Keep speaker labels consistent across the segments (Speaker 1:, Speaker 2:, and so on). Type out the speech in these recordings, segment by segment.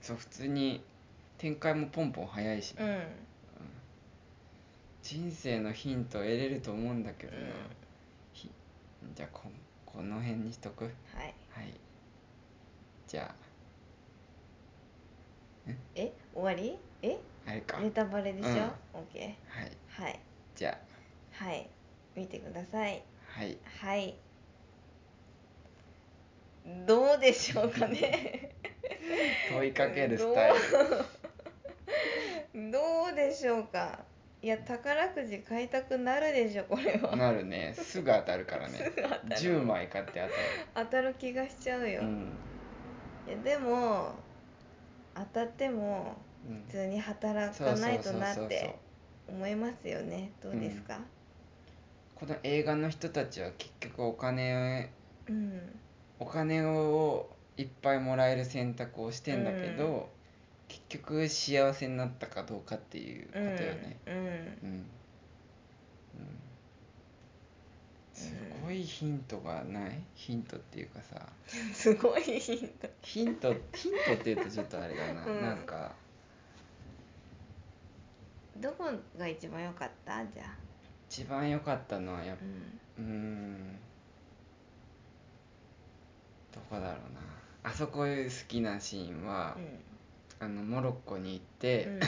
Speaker 1: そう普通に展開もポンポン早いし、
Speaker 2: うん
Speaker 1: 人生のヒントを得れると思うんだけどな、
Speaker 2: うん
Speaker 1: ひじゃあここの辺にしとくはい
Speaker 2: はい
Speaker 1: じゃ
Speaker 2: え終わりえ
Speaker 1: ああれかは
Speaker 2: ネ
Speaker 1: い
Speaker 2: タバレでしょ、
Speaker 1: うん
Speaker 2: オッケーはい
Speaker 1: じゃ
Speaker 2: はい見てください
Speaker 1: あ はい
Speaker 2: はいどうでしょうかね
Speaker 1: 問いかけるスタイル
Speaker 2: どうでしょうかいや宝くじ買いたくなるでしょこれは
Speaker 1: なるねすぐ当たるからね10枚買って当たる
Speaker 2: 当たる気がしちゃうよ、
Speaker 1: うん
Speaker 2: いやでも当たっても
Speaker 1: うん
Speaker 2: 普通に働
Speaker 1: そう
Speaker 2: か
Speaker 1: そう
Speaker 2: ない
Speaker 1: そ
Speaker 2: と
Speaker 1: う
Speaker 2: な
Speaker 1: そうそ
Speaker 2: っ
Speaker 1: う
Speaker 2: て思いますよねどうですか
Speaker 1: この映画の人たちは結局お金
Speaker 2: うん
Speaker 1: お金をいっぱいもらえる選択をしてんだけど、
Speaker 2: うん
Speaker 1: 結局幸せになったかどうかっていうことよね
Speaker 2: うん、うん
Speaker 1: うん、うんすごいヒントがないヒントっていうかさ
Speaker 2: すごいヒント
Speaker 1: ヒントヒントって言うとちょっとあれだな、
Speaker 2: うん
Speaker 1: なんか
Speaker 2: どこが一番良かったじゃあ、
Speaker 1: 一番良かったのはやっぱ
Speaker 2: うん、
Speaker 1: うーんどこだろうなあそこ好きなシーンは、あのモロッコに行って、
Speaker 2: うん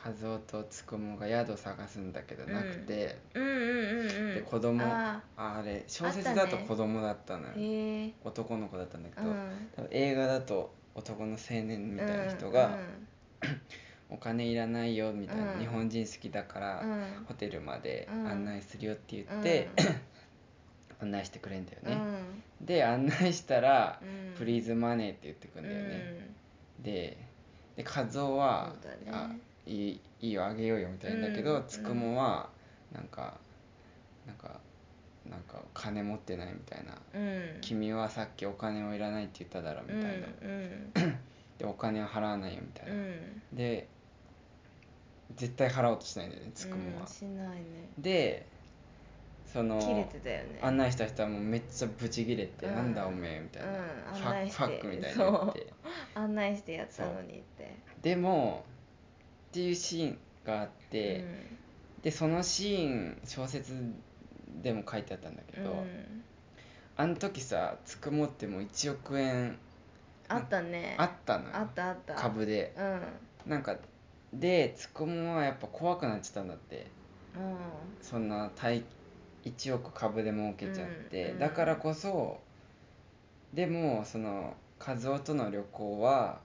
Speaker 1: カズオとつくもが宿探すんだけどなくて、
Speaker 2: うんうんうんうん
Speaker 1: で子供あ
Speaker 2: あ
Speaker 1: あれ小説だと
Speaker 2: あったね
Speaker 1: 子供だったのよ
Speaker 2: ーへえ
Speaker 1: 男の子だったんだけ
Speaker 2: う
Speaker 1: ど、
Speaker 2: ん
Speaker 1: 多分映画だと男の青年みたいな人が、お金いらないよみたいな、
Speaker 2: うん
Speaker 1: 日本人好きだから、
Speaker 2: うん
Speaker 1: ホテルまで
Speaker 2: うん
Speaker 1: 案内するよって言って、 案内してくれんだよ
Speaker 2: うん、
Speaker 1: ね、で案内したら
Speaker 2: うんうん
Speaker 1: 「プリーズマネー」って言ってくんだよね、でで和夫は
Speaker 2: そうだね
Speaker 1: あいいいいよあげようよ」みたいなんだけど、
Speaker 2: うん
Speaker 1: つくもはなんかなんかなんか金持ってないみたいな
Speaker 2: うんう
Speaker 1: 「
Speaker 2: ん
Speaker 1: 君はさっきお金をいらないって言っただろ」みたいな、
Speaker 2: うん
Speaker 1: でお金を払わないよみたい
Speaker 2: うん
Speaker 1: な、
Speaker 2: うん
Speaker 1: で絶対払おうとしないんだよねつくも
Speaker 2: うん
Speaker 1: は、
Speaker 2: しないね
Speaker 1: でその
Speaker 2: 切れてたよね
Speaker 1: 案内した人はもうめっちゃブチギレて「
Speaker 2: うん
Speaker 1: なんだおめえ」みたいな、
Speaker 2: うん
Speaker 1: ファッ
Speaker 2: 案内
Speaker 1: ク
Speaker 2: し
Speaker 1: フ
Speaker 2: て
Speaker 1: ァックみたいな言って
Speaker 2: 案内してやったのにって
Speaker 1: でもっていうシーンがあって、でそのシーン小説でも書いてあったんだけ
Speaker 2: うん
Speaker 1: ど、
Speaker 2: うん
Speaker 1: あの時さつくもってもう1億円
Speaker 2: あったね
Speaker 1: あったのよ
Speaker 2: あったあった
Speaker 1: 株で
Speaker 2: うん
Speaker 1: なんかでつくもはやっぱ怖くなっちゃったんだって
Speaker 2: うん
Speaker 1: そんな大1億株で儲けちゃって、
Speaker 2: うんうん
Speaker 1: だからこそでもその和夫との旅行は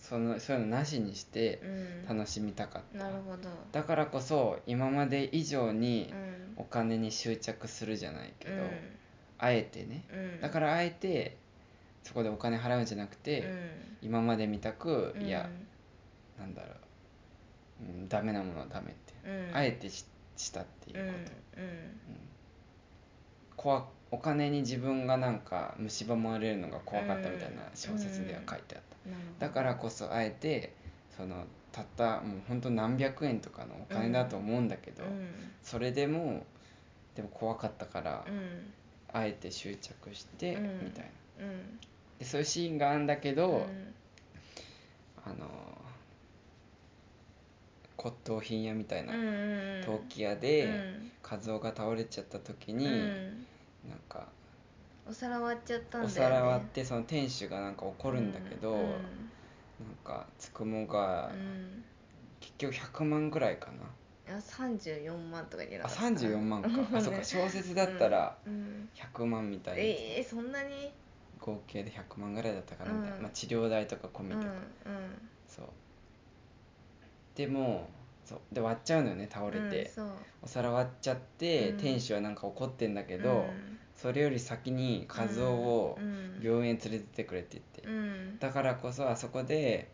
Speaker 1: そのそういうのなしにして
Speaker 2: うん
Speaker 1: 楽しみたかった、
Speaker 2: なるほど
Speaker 1: だからこそ今まで以上に、
Speaker 2: うん
Speaker 1: お金に執着するじゃないけど、
Speaker 2: うん
Speaker 1: あえてね
Speaker 2: うん
Speaker 1: だからあえてそこでお金払うんじゃなくて、
Speaker 2: うん
Speaker 1: 今まで見たく、
Speaker 2: うん
Speaker 1: いやなんだろう、うん、ダメなものはダメって、
Speaker 2: うん
Speaker 1: あえてししたっていう
Speaker 2: うん
Speaker 1: こ
Speaker 2: う
Speaker 1: と、
Speaker 2: ん
Speaker 1: 怖お金に自分がなんか蝕まれるのが怖かったみたいな小説では書いてあった、
Speaker 2: なるほど
Speaker 1: だからこそあえてそのたったもうほんと何百円とかのお金だと思うんだけど、
Speaker 2: うん
Speaker 1: それでもでも怖かったから、
Speaker 2: うん
Speaker 1: あえて執着して、
Speaker 2: うん
Speaker 1: みたいな
Speaker 2: うん
Speaker 1: でそういうシーンがあるんだけど、
Speaker 2: うん
Speaker 1: あのー骨董品屋みたいな
Speaker 2: うんうんうん
Speaker 1: 陶器屋で、
Speaker 2: うん
Speaker 1: 和夫が倒れちゃった時に、
Speaker 2: うん
Speaker 1: なんか
Speaker 2: お皿割っちゃったんだよ
Speaker 1: お
Speaker 2: ね
Speaker 1: 皿割ってその店主がなんか怒るんだけど、
Speaker 2: うん
Speaker 1: なんかつくもが、
Speaker 2: うん
Speaker 1: 結局100万ぐらいかな
Speaker 2: あ34万とか言えな
Speaker 1: あ
Speaker 2: かった
Speaker 1: 34万か あそっか小説だったら
Speaker 2: うん
Speaker 1: 100万みたいな、
Speaker 2: えー、そんなに
Speaker 1: 合計で100万ぐらいだったかな
Speaker 2: う
Speaker 1: み
Speaker 2: ん
Speaker 1: たいな、まあ、治療代とか込
Speaker 2: う
Speaker 1: み
Speaker 2: んう
Speaker 1: とか、
Speaker 2: ん
Speaker 1: そうでもそうで割っちゃうのよね倒れ
Speaker 2: うん、
Speaker 1: て、
Speaker 2: そう
Speaker 1: お皿割っちゃって、
Speaker 2: うん
Speaker 1: 店主はなんか怒ってんだけど、
Speaker 2: うん
Speaker 1: それより先に和夫を
Speaker 2: うん
Speaker 1: 病院へ連れてってくれって言って、
Speaker 2: うん
Speaker 1: だからこそあそこで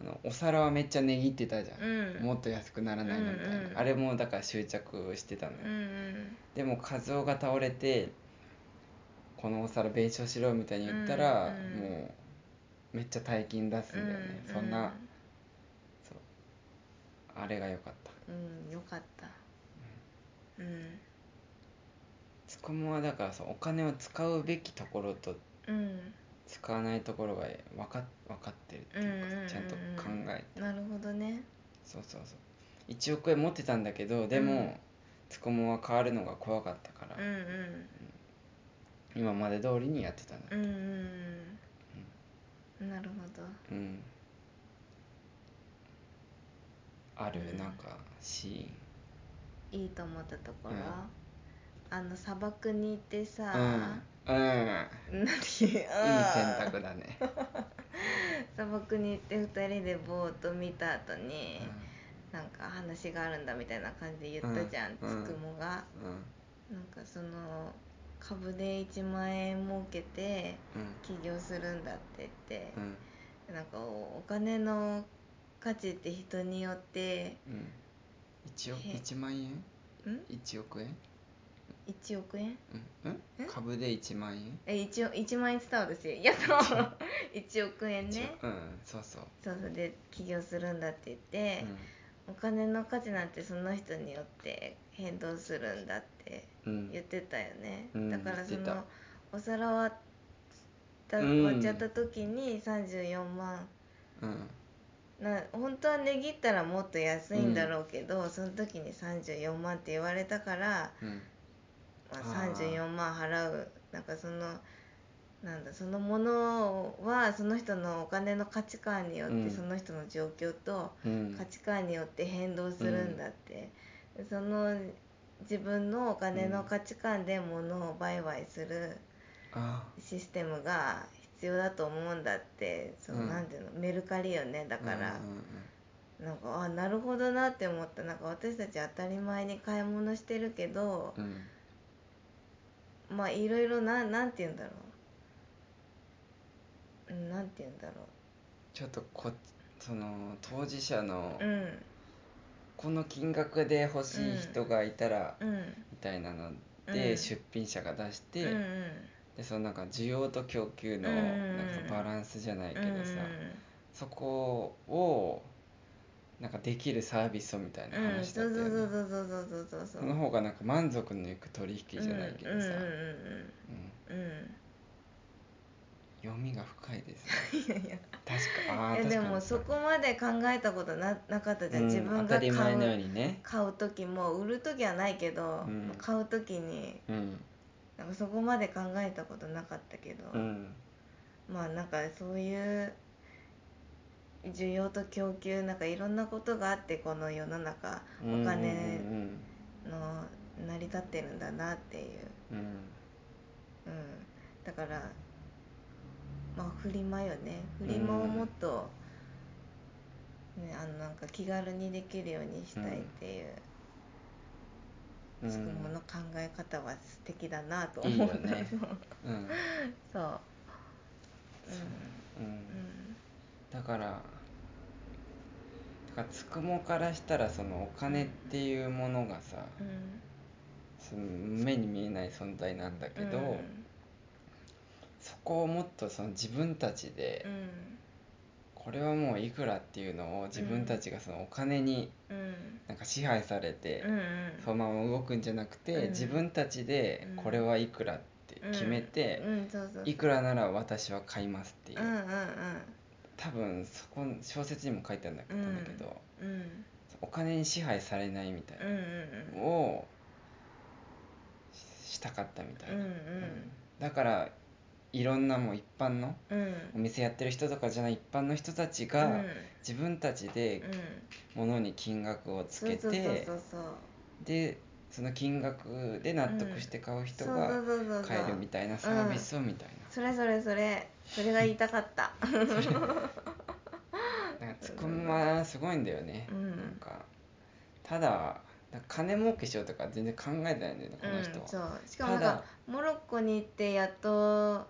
Speaker 1: あのお皿はめっちゃ値切ってたじゃん、
Speaker 2: うん
Speaker 1: もっと安くならないのみたいな、
Speaker 2: うんうん
Speaker 1: あれもだから執着してたのよ、
Speaker 2: うんうん
Speaker 1: でも和夫が倒れてこのお皿弁償しろみたいに言ったら、
Speaker 2: うんうん
Speaker 1: もうめっちゃ大金出すんだよね、
Speaker 2: うん
Speaker 1: そんなそうあれが良かった
Speaker 2: うんよかったうん
Speaker 1: つくもはだからそうお金を使うべきところと
Speaker 2: うん
Speaker 1: 使わないところが分か分かってるっていうか、
Speaker 2: うんうんうんうん
Speaker 1: ちゃんと考え
Speaker 2: なるほどね
Speaker 1: そうそうそう1億円持ってたんだけどでも、
Speaker 2: うん
Speaker 1: ツコモは変わるのが怖かったから、
Speaker 2: うん
Speaker 1: 今まで通りにやってたの
Speaker 2: うんうんうんなるほど
Speaker 1: うん、ある
Speaker 2: うん
Speaker 1: なんかシ
Speaker 2: いいと思ったところ、
Speaker 1: うん
Speaker 2: あの砂漠に行ってさ、
Speaker 1: ーンうんうん
Speaker 2: 何いい選
Speaker 1: いい選択だね、
Speaker 2: 砂漠に行って2人でぼーっと見た後に、
Speaker 1: う
Speaker 2: なんか話があるんだみたいな感じで言ったじゃ
Speaker 1: う
Speaker 2: ん、
Speaker 1: ん
Speaker 2: つくもが、
Speaker 1: んうん
Speaker 2: なんかその株で1万円儲けて
Speaker 1: うん
Speaker 2: 起業するんだって言って
Speaker 1: う、ん
Speaker 2: なんかおお金の価値って人によって
Speaker 1: うん1億
Speaker 2: へ
Speaker 1: 1万円
Speaker 2: ん
Speaker 1: 1億円
Speaker 2: 1億円
Speaker 1: うん、うん、株で1万円
Speaker 2: え一応1万円って言った私やっ と1億円
Speaker 1: 一
Speaker 2: ね
Speaker 1: 億うんそうそう、
Speaker 2: そうそうで起業するんだって言って
Speaker 1: う、ん
Speaker 2: お金の価値なんてその人によって変動するんだって
Speaker 1: うん
Speaker 2: 言ってたよね、
Speaker 1: うん
Speaker 2: だからそ
Speaker 1: 言ってた
Speaker 2: のお皿割った
Speaker 1: うん
Speaker 2: 割っちゃった時に34万、
Speaker 1: うん
Speaker 2: な本当は値切ったらもっと安いんだろうけど、その時に34万って言われたから、
Speaker 1: うん
Speaker 2: まあ、
Speaker 1: あー
Speaker 2: 34万払うなんかそのなんだそのものはその人のお金の価値観によって、
Speaker 1: うん
Speaker 2: その人の状況と、
Speaker 1: うん
Speaker 2: 価値観によって変動するんだって、その自分のお金の価値観で物を売買する
Speaker 1: あ
Speaker 2: システムが必要だと思うんだってその、
Speaker 1: うん
Speaker 2: なんていうのメルカリよねだ
Speaker 1: あ
Speaker 2: から
Speaker 1: う、んうんうん
Speaker 2: なんかあなるほどなって思ったなんか私たち当たり前に買い物してるけど、
Speaker 1: うん
Speaker 2: まあいろいろななんて言うんだろううんなんて言うんだろ
Speaker 1: ちょっとこその当事者の
Speaker 2: ううん
Speaker 1: この金額で欲しい人がいたら
Speaker 2: うん
Speaker 1: みたいなの
Speaker 2: う
Speaker 1: で
Speaker 2: ん
Speaker 1: 出品者が出し
Speaker 2: うんうん
Speaker 1: てでそのなんか需要と供給の
Speaker 2: うんうんうん
Speaker 1: なんかバランスじゃないけど
Speaker 2: うんうん
Speaker 1: さそこをなんかできるサービスをみたいな
Speaker 2: うん
Speaker 1: 話だ
Speaker 2: そ
Speaker 1: っ
Speaker 2: う
Speaker 1: た
Speaker 2: そ
Speaker 1: よ
Speaker 2: うそ
Speaker 1: ね
Speaker 2: うそうそうそうそうそう
Speaker 1: その方がなんか満足のいく取引じゃないけどさ
Speaker 2: う
Speaker 1: う
Speaker 2: ん
Speaker 1: ん
Speaker 2: うんうんうん
Speaker 1: 読みが深いですね
Speaker 2: うん いやい
Speaker 1: 確かあ
Speaker 2: や
Speaker 1: あ
Speaker 2: いや
Speaker 1: 確
Speaker 2: で
Speaker 1: か
Speaker 2: も
Speaker 1: に
Speaker 2: そこまで考えたことななかったじゃん、
Speaker 1: うん
Speaker 2: 自分
Speaker 1: 当た
Speaker 2: が買
Speaker 1: り
Speaker 2: う
Speaker 1: 前のようにね
Speaker 2: 買う時も売る時はないけど、
Speaker 1: うん
Speaker 2: 買う時に
Speaker 1: うん
Speaker 2: なんかそこまで考えたことなかったけど、
Speaker 1: うん
Speaker 2: まあなんかそういう需要と供給なんかいろんなことがあってこの世の中お金
Speaker 1: うんうん
Speaker 2: の成り立ってるんだなっていう、
Speaker 1: うんうん
Speaker 2: うん、だからまあフリマよねフリマをもっと、ね、あのなんか気軽にできるようにしたいっていう、
Speaker 1: うん
Speaker 2: つくもの考え方は素敵だなと
Speaker 1: いい
Speaker 2: 思
Speaker 1: よ
Speaker 2: う
Speaker 1: ねうん
Speaker 2: そう、
Speaker 1: うん
Speaker 2: うんうん、
Speaker 1: だからだからつくもからしたらそのお金っていうものがさ、
Speaker 2: うん
Speaker 1: その目に見えない存在なんだけど、
Speaker 2: うん
Speaker 1: そこをもっとその自分たちで、
Speaker 2: うん
Speaker 1: これはもういくらっていうのを自分たちがそのお金に
Speaker 2: うん
Speaker 1: なんか支配されて、
Speaker 2: うん
Speaker 1: そのまま動くんじゃなくて、
Speaker 2: うん
Speaker 1: 自分たちで
Speaker 2: うん
Speaker 1: これはいくらって決めて、
Speaker 2: うんうん、そうそうそう
Speaker 1: いくらなら私は買いますっていう、
Speaker 2: うんうん
Speaker 1: 多分そこ小説にも書いてあるんだけど、
Speaker 2: うんうん
Speaker 1: お金に支配されないみたい
Speaker 2: うんうん
Speaker 1: なのをししたかったみたいな、
Speaker 2: うんうん
Speaker 1: だからいろんなもう一般の
Speaker 2: うんうん
Speaker 1: お店やってる人とかじゃない一般の人たち
Speaker 2: う
Speaker 1: が
Speaker 2: ん
Speaker 1: 自分たちで
Speaker 2: うん
Speaker 1: 物に金額をつけ
Speaker 2: そうそう
Speaker 1: て
Speaker 2: そうそう
Speaker 1: でその金額で納得して買う人
Speaker 2: そ
Speaker 1: が
Speaker 2: うそうそうそう
Speaker 1: 買えるみたいなサービスをみたい
Speaker 2: それそれそれそれが言いたかった
Speaker 1: ななんかツッコミはすごいんだよね、
Speaker 2: うん
Speaker 1: なんかただなんか金儲けしようとか全然考えてないんだよねこの人
Speaker 2: うん、
Speaker 1: は。
Speaker 2: そうしかもなん
Speaker 1: た
Speaker 2: か
Speaker 1: だ
Speaker 2: モロッコに行ってやっと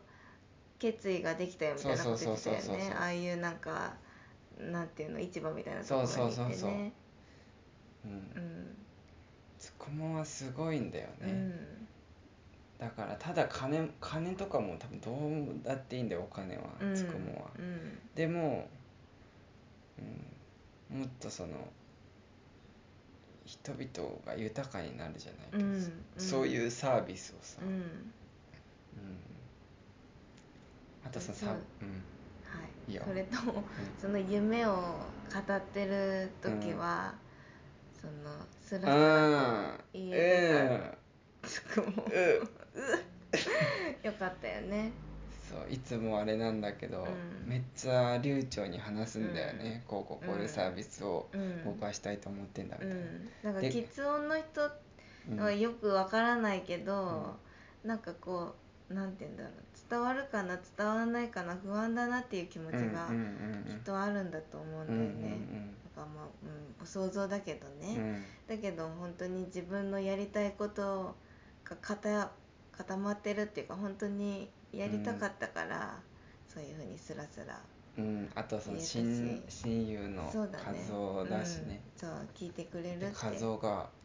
Speaker 2: 決意ができたよみたいなこと言ってたよ
Speaker 1: そうそうそうそうそ
Speaker 2: ね
Speaker 1: う
Speaker 2: ああいうなんかなんていうの市場みたいなところに行ってね
Speaker 1: そうそうそうそう
Speaker 2: う
Speaker 1: うん、
Speaker 2: ん
Speaker 1: ツッコミはすごいんだよね、
Speaker 2: うん
Speaker 1: だからただ金金とかも多分どうだっていいんだよお金は、
Speaker 2: うん
Speaker 1: ツッコミは。
Speaker 2: うん
Speaker 1: でも、うん、もっとその人々が豊かになるじゃないけど、
Speaker 2: うん
Speaker 1: そう
Speaker 2: う
Speaker 1: いうサービスをさ、
Speaker 2: ん
Speaker 1: うんあとそのさ、
Speaker 2: そう
Speaker 1: うん、いいよ
Speaker 2: それと
Speaker 1: ん
Speaker 2: その夢を語ってる時は、そのスラスラ
Speaker 1: ああ
Speaker 2: 言えつくも
Speaker 1: うんうん
Speaker 2: よかったよね
Speaker 1: そういつもあれなんだけど、
Speaker 2: うん
Speaker 1: めっちゃ流暢に話すんだよね、こうこうこういうサービスを
Speaker 2: うん
Speaker 1: 僕はしたいと思ってんだ
Speaker 2: う
Speaker 1: みたいな、
Speaker 2: んなんか
Speaker 1: で
Speaker 2: きつ音の人
Speaker 1: うん
Speaker 2: はよくわからないけど、なんかこうなんて言うんだろう伝わるかな伝わらないかな不安だなっていう気持ちが
Speaker 1: うんうん
Speaker 2: きっとあるんだと思うんだよね、なんかもう、うん、お想像だけど
Speaker 1: うんうんうん
Speaker 2: ね、だけど本当に自分のやりたいことが固固まってるっていうか本当にやりたかったから、そういうふうにスラスラ
Speaker 1: うんうんあとその
Speaker 2: いい
Speaker 1: 親
Speaker 2: 私
Speaker 1: 親友の
Speaker 2: そ
Speaker 1: 和
Speaker 2: うだね
Speaker 1: 夫だしね
Speaker 2: うん、そう聞いてくれるっ
Speaker 1: で
Speaker 2: て
Speaker 1: 和夫が「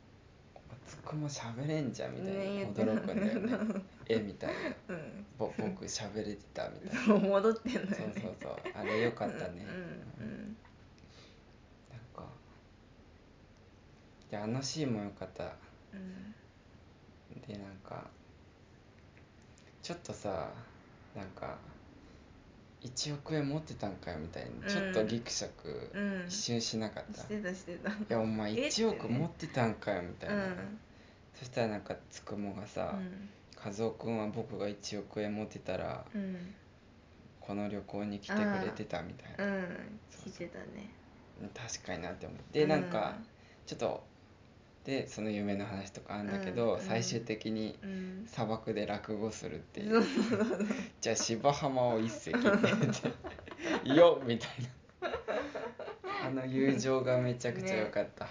Speaker 1: つくも喋れんじゃん」みたいな、
Speaker 2: ね言ってる
Speaker 1: 驚くんだよねえみ たいな
Speaker 2: うん
Speaker 1: 「ぼ僕喋れてた」みたいな
Speaker 2: もう戻ってんのよね
Speaker 1: そうそうそうあれよかったね、
Speaker 2: うんうん
Speaker 1: なんかであのシーンもよかった
Speaker 2: うん
Speaker 1: でなんかちょっとさなんか1億円持ってたんかよみたい
Speaker 2: うん
Speaker 1: なちょっとギクシャク
Speaker 2: うん
Speaker 1: 一瞬しなかった、
Speaker 2: してたしてた
Speaker 1: いやお前
Speaker 2: え
Speaker 1: 1
Speaker 2: って
Speaker 1: 億
Speaker 2: ね
Speaker 1: 持ってたんかよみたいな、
Speaker 2: うん
Speaker 1: そしたらなんかつくもがさ、和夫君は僕が1億円持ってたら
Speaker 2: うんうん
Speaker 1: この旅行に来てくれてたみた
Speaker 2: う
Speaker 1: いな、
Speaker 2: ん
Speaker 1: そう
Speaker 2: 聞いてたね
Speaker 1: 確かになって思ってでなんかちょっとでその夢の話とかあるんだけど、
Speaker 2: うん
Speaker 1: 最終的に
Speaker 2: うん
Speaker 1: 砂漠で落語するっていうじゃあ芝浜を一席って言って よっみたいなあの友情がめちゃくちゃ良かった、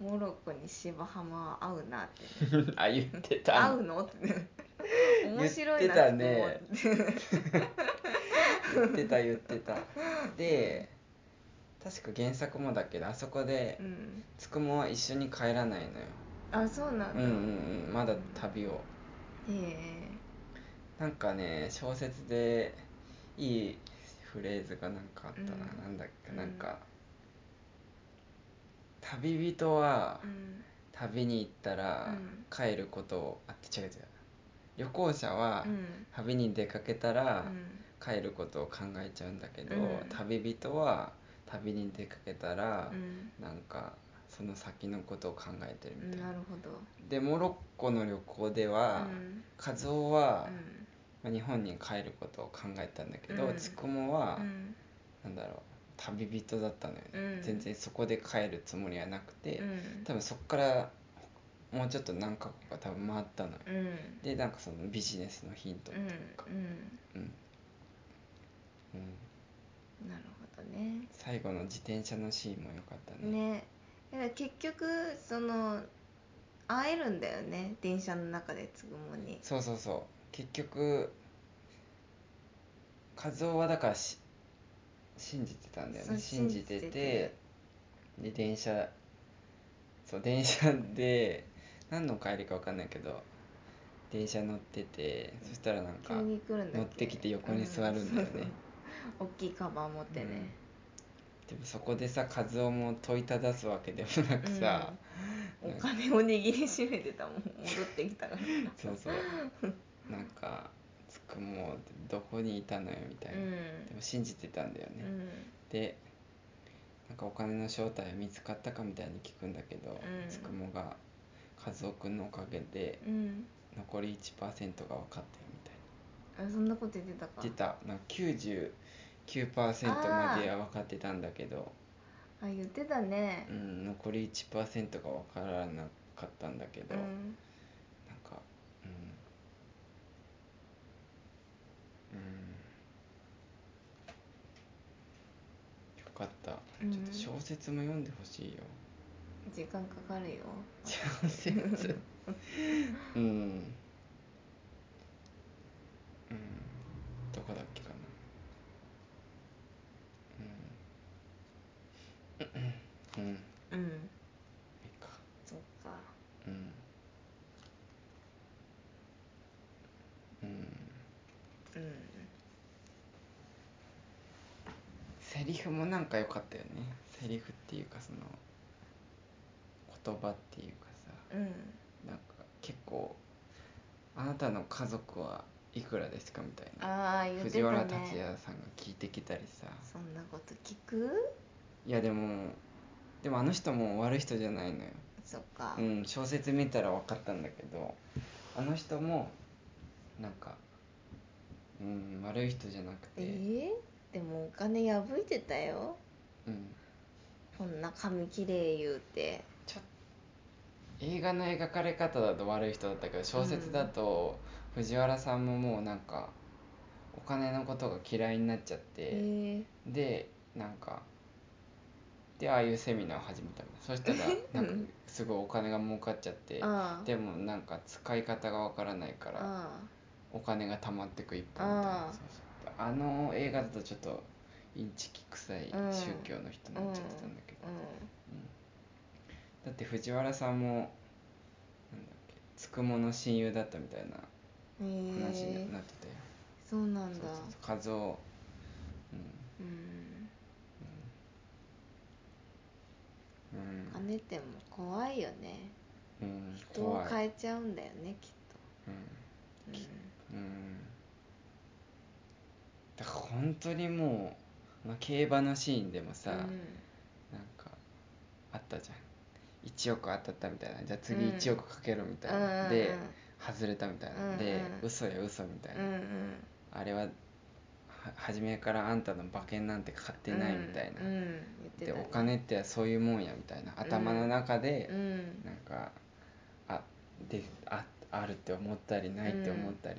Speaker 2: モロッコに芝浜は合うなってね
Speaker 1: あ言ってた
Speaker 2: 合うのってね面白いなって思って
Speaker 1: 言ってた言ってたで確か原作もだけどあそこで
Speaker 2: うん
Speaker 1: つくもは一緒に帰らないのよ
Speaker 2: あそうなん
Speaker 1: う
Speaker 2: だ
Speaker 1: ん
Speaker 2: へ
Speaker 1: うんうんまだ旅を
Speaker 2: え
Speaker 1: なんかね小説でいいフレーズがなんかあったな、
Speaker 2: うん
Speaker 1: なんだっけ
Speaker 2: うん
Speaker 1: なんか、旅人は
Speaker 2: うん
Speaker 1: 旅に行ったら
Speaker 2: うん
Speaker 1: 帰ることを、あ違う違う旅行者は
Speaker 2: うん
Speaker 1: 旅に出かけたら
Speaker 2: うん
Speaker 1: 帰ることを考えちゃうんだけど、
Speaker 2: うん
Speaker 1: 旅人は旅に出かけたら
Speaker 2: う、ん
Speaker 1: なんかその先のことを考えてるみたいな
Speaker 2: なるほど
Speaker 1: でモロッコの旅行で
Speaker 2: う
Speaker 1: は、
Speaker 2: ん
Speaker 1: 和夫は、
Speaker 2: う
Speaker 1: ま
Speaker 2: ん
Speaker 1: あ、日本に帰ることを考えたんだけど、
Speaker 2: うん
Speaker 1: ちくもは
Speaker 2: う、ん
Speaker 1: なんだろう旅人だったのよね、
Speaker 2: うん
Speaker 1: 全然そこで帰るつもりはなくて、
Speaker 2: うん
Speaker 1: 多分そこからもうちょっと何カ国か多分回ったのよ、
Speaker 2: うん
Speaker 1: でなんかそのビジネスのヒントと
Speaker 2: う
Speaker 1: いうんか
Speaker 2: うん
Speaker 1: うん、うん
Speaker 2: なるほどね
Speaker 1: 最後の自転車のシーンも良かったね
Speaker 2: ねだから結局その会えるんだよね電車の中でつぐもに
Speaker 1: そうそうそう結局和夫はだからし信じてたんだよ
Speaker 2: そう
Speaker 1: ね信じて
Speaker 2: 信じて
Speaker 1: て
Speaker 2: て
Speaker 1: で電車そう電車で何の帰りか分かんないけど電車乗っててそしたらなんか
Speaker 2: 急に来るんだけ
Speaker 1: 乗ってきて横に座るんだよね、
Speaker 2: う大きいカバン持ってね、
Speaker 1: でもそこでさ和夫も問いただすわけでもなくさ、
Speaker 2: お金を握りしめてたもん戻ってきたからう
Speaker 1: そうそうなんかつくもどこにいたのよみたいな、
Speaker 2: ん
Speaker 1: でも信じてたんだよね、
Speaker 2: うん
Speaker 1: でなんかお金の正体は見つかったかみたいに聞くんだけど、
Speaker 2: うん
Speaker 1: つくもが和夫君のおかげで
Speaker 2: うん
Speaker 1: 残り1%が分かったよみたい
Speaker 2: あそんなこと言ってたか
Speaker 1: な出たなんか99%までは分かってたんだけど、
Speaker 2: あ言ってたね
Speaker 1: うん、残り1%が分からなかったんだけど、な
Speaker 2: う
Speaker 1: ん
Speaker 2: ん
Speaker 1: かうんうんよかった、
Speaker 2: うん
Speaker 1: ちょっと小説も読んでほしいよ
Speaker 2: 時間かかるよ
Speaker 1: 小 説うんうんどこだっけかなうんうんいい
Speaker 2: うん
Speaker 1: か
Speaker 2: そっか
Speaker 1: うんうん
Speaker 2: うん
Speaker 1: セリフもなんか良かったよねセリフっていうかその言葉っていうかさ
Speaker 2: うん
Speaker 1: なんか結構「あなたの家族はいくらですかみたいな
Speaker 2: ああ言って
Speaker 1: 藤原
Speaker 2: た
Speaker 1: 竜也
Speaker 2: ね
Speaker 1: さんが聞いてきたりさ
Speaker 2: そんなこと聞く
Speaker 1: いやでもでもあの人も悪い人じゃないのよ、
Speaker 2: そっか
Speaker 1: う、ん、小説見たら分かったんだけどあの人もなんかうん悪い人じゃなくて、
Speaker 2: えー、でもお金破いてたよ
Speaker 1: うん、
Speaker 2: こんな髪きれい言うて
Speaker 1: ちょっ映画の描かれ方だと悪い人だったけど小説だと藤原さんももうなんかお金のことが嫌いになっちゃって。
Speaker 2: え
Speaker 1: でなんかでああいうセミナーを始めたのそしたらなんかすごいお金が儲かっちゃって
Speaker 2: ー、ああ
Speaker 1: でもなんか使い方がわからないから
Speaker 2: あ
Speaker 1: お金が溜まってく一方みたいな
Speaker 2: あー
Speaker 1: そうそうあの映画だとちょっとインチキ臭い
Speaker 2: うん
Speaker 1: 宗教の人になっちゃってたんだけど
Speaker 2: あ、
Speaker 1: うんだって藤原さんもなんだっけつくもの親友だったみたいな
Speaker 2: うんへ
Speaker 1: 話
Speaker 2: え
Speaker 1: になってたよ、
Speaker 2: そうなんだ
Speaker 1: そうそうそう和夫、うん、
Speaker 2: うん
Speaker 1: う
Speaker 2: お金ってもう怖いよね
Speaker 1: ん、うん、
Speaker 2: 人を
Speaker 1: 怖い
Speaker 2: 変えちゃうんだよねきっと、う
Speaker 1: うん、うん、だから本当にもう、まあ、競馬のシーンでもさ、
Speaker 2: ん、
Speaker 1: なんかあったじゃん1億当たったみたいなじゃあ次
Speaker 2: うん
Speaker 1: 1億かけろみたい
Speaker 2: うん
Speaker 1: な、
Speaker 2: うんうん
Speaker 1: で外れたみたいな、
Speaker 2: うんうん
Speaker 1: で嘘や嘘みたいな、
Speaker 2: うんうん
Speaker 1: あれはは初めからあんたの馬券なんて買ってないみたいな、
Speaker 2: うんうん、言って
Speaker 1: で
Speaker 2: たね
Speaker 1: お金ってそういうもんやみたいな頭の中で、
Speaker 2: うん
Speaker 1: なんかあでああるって思ったりないって思ったり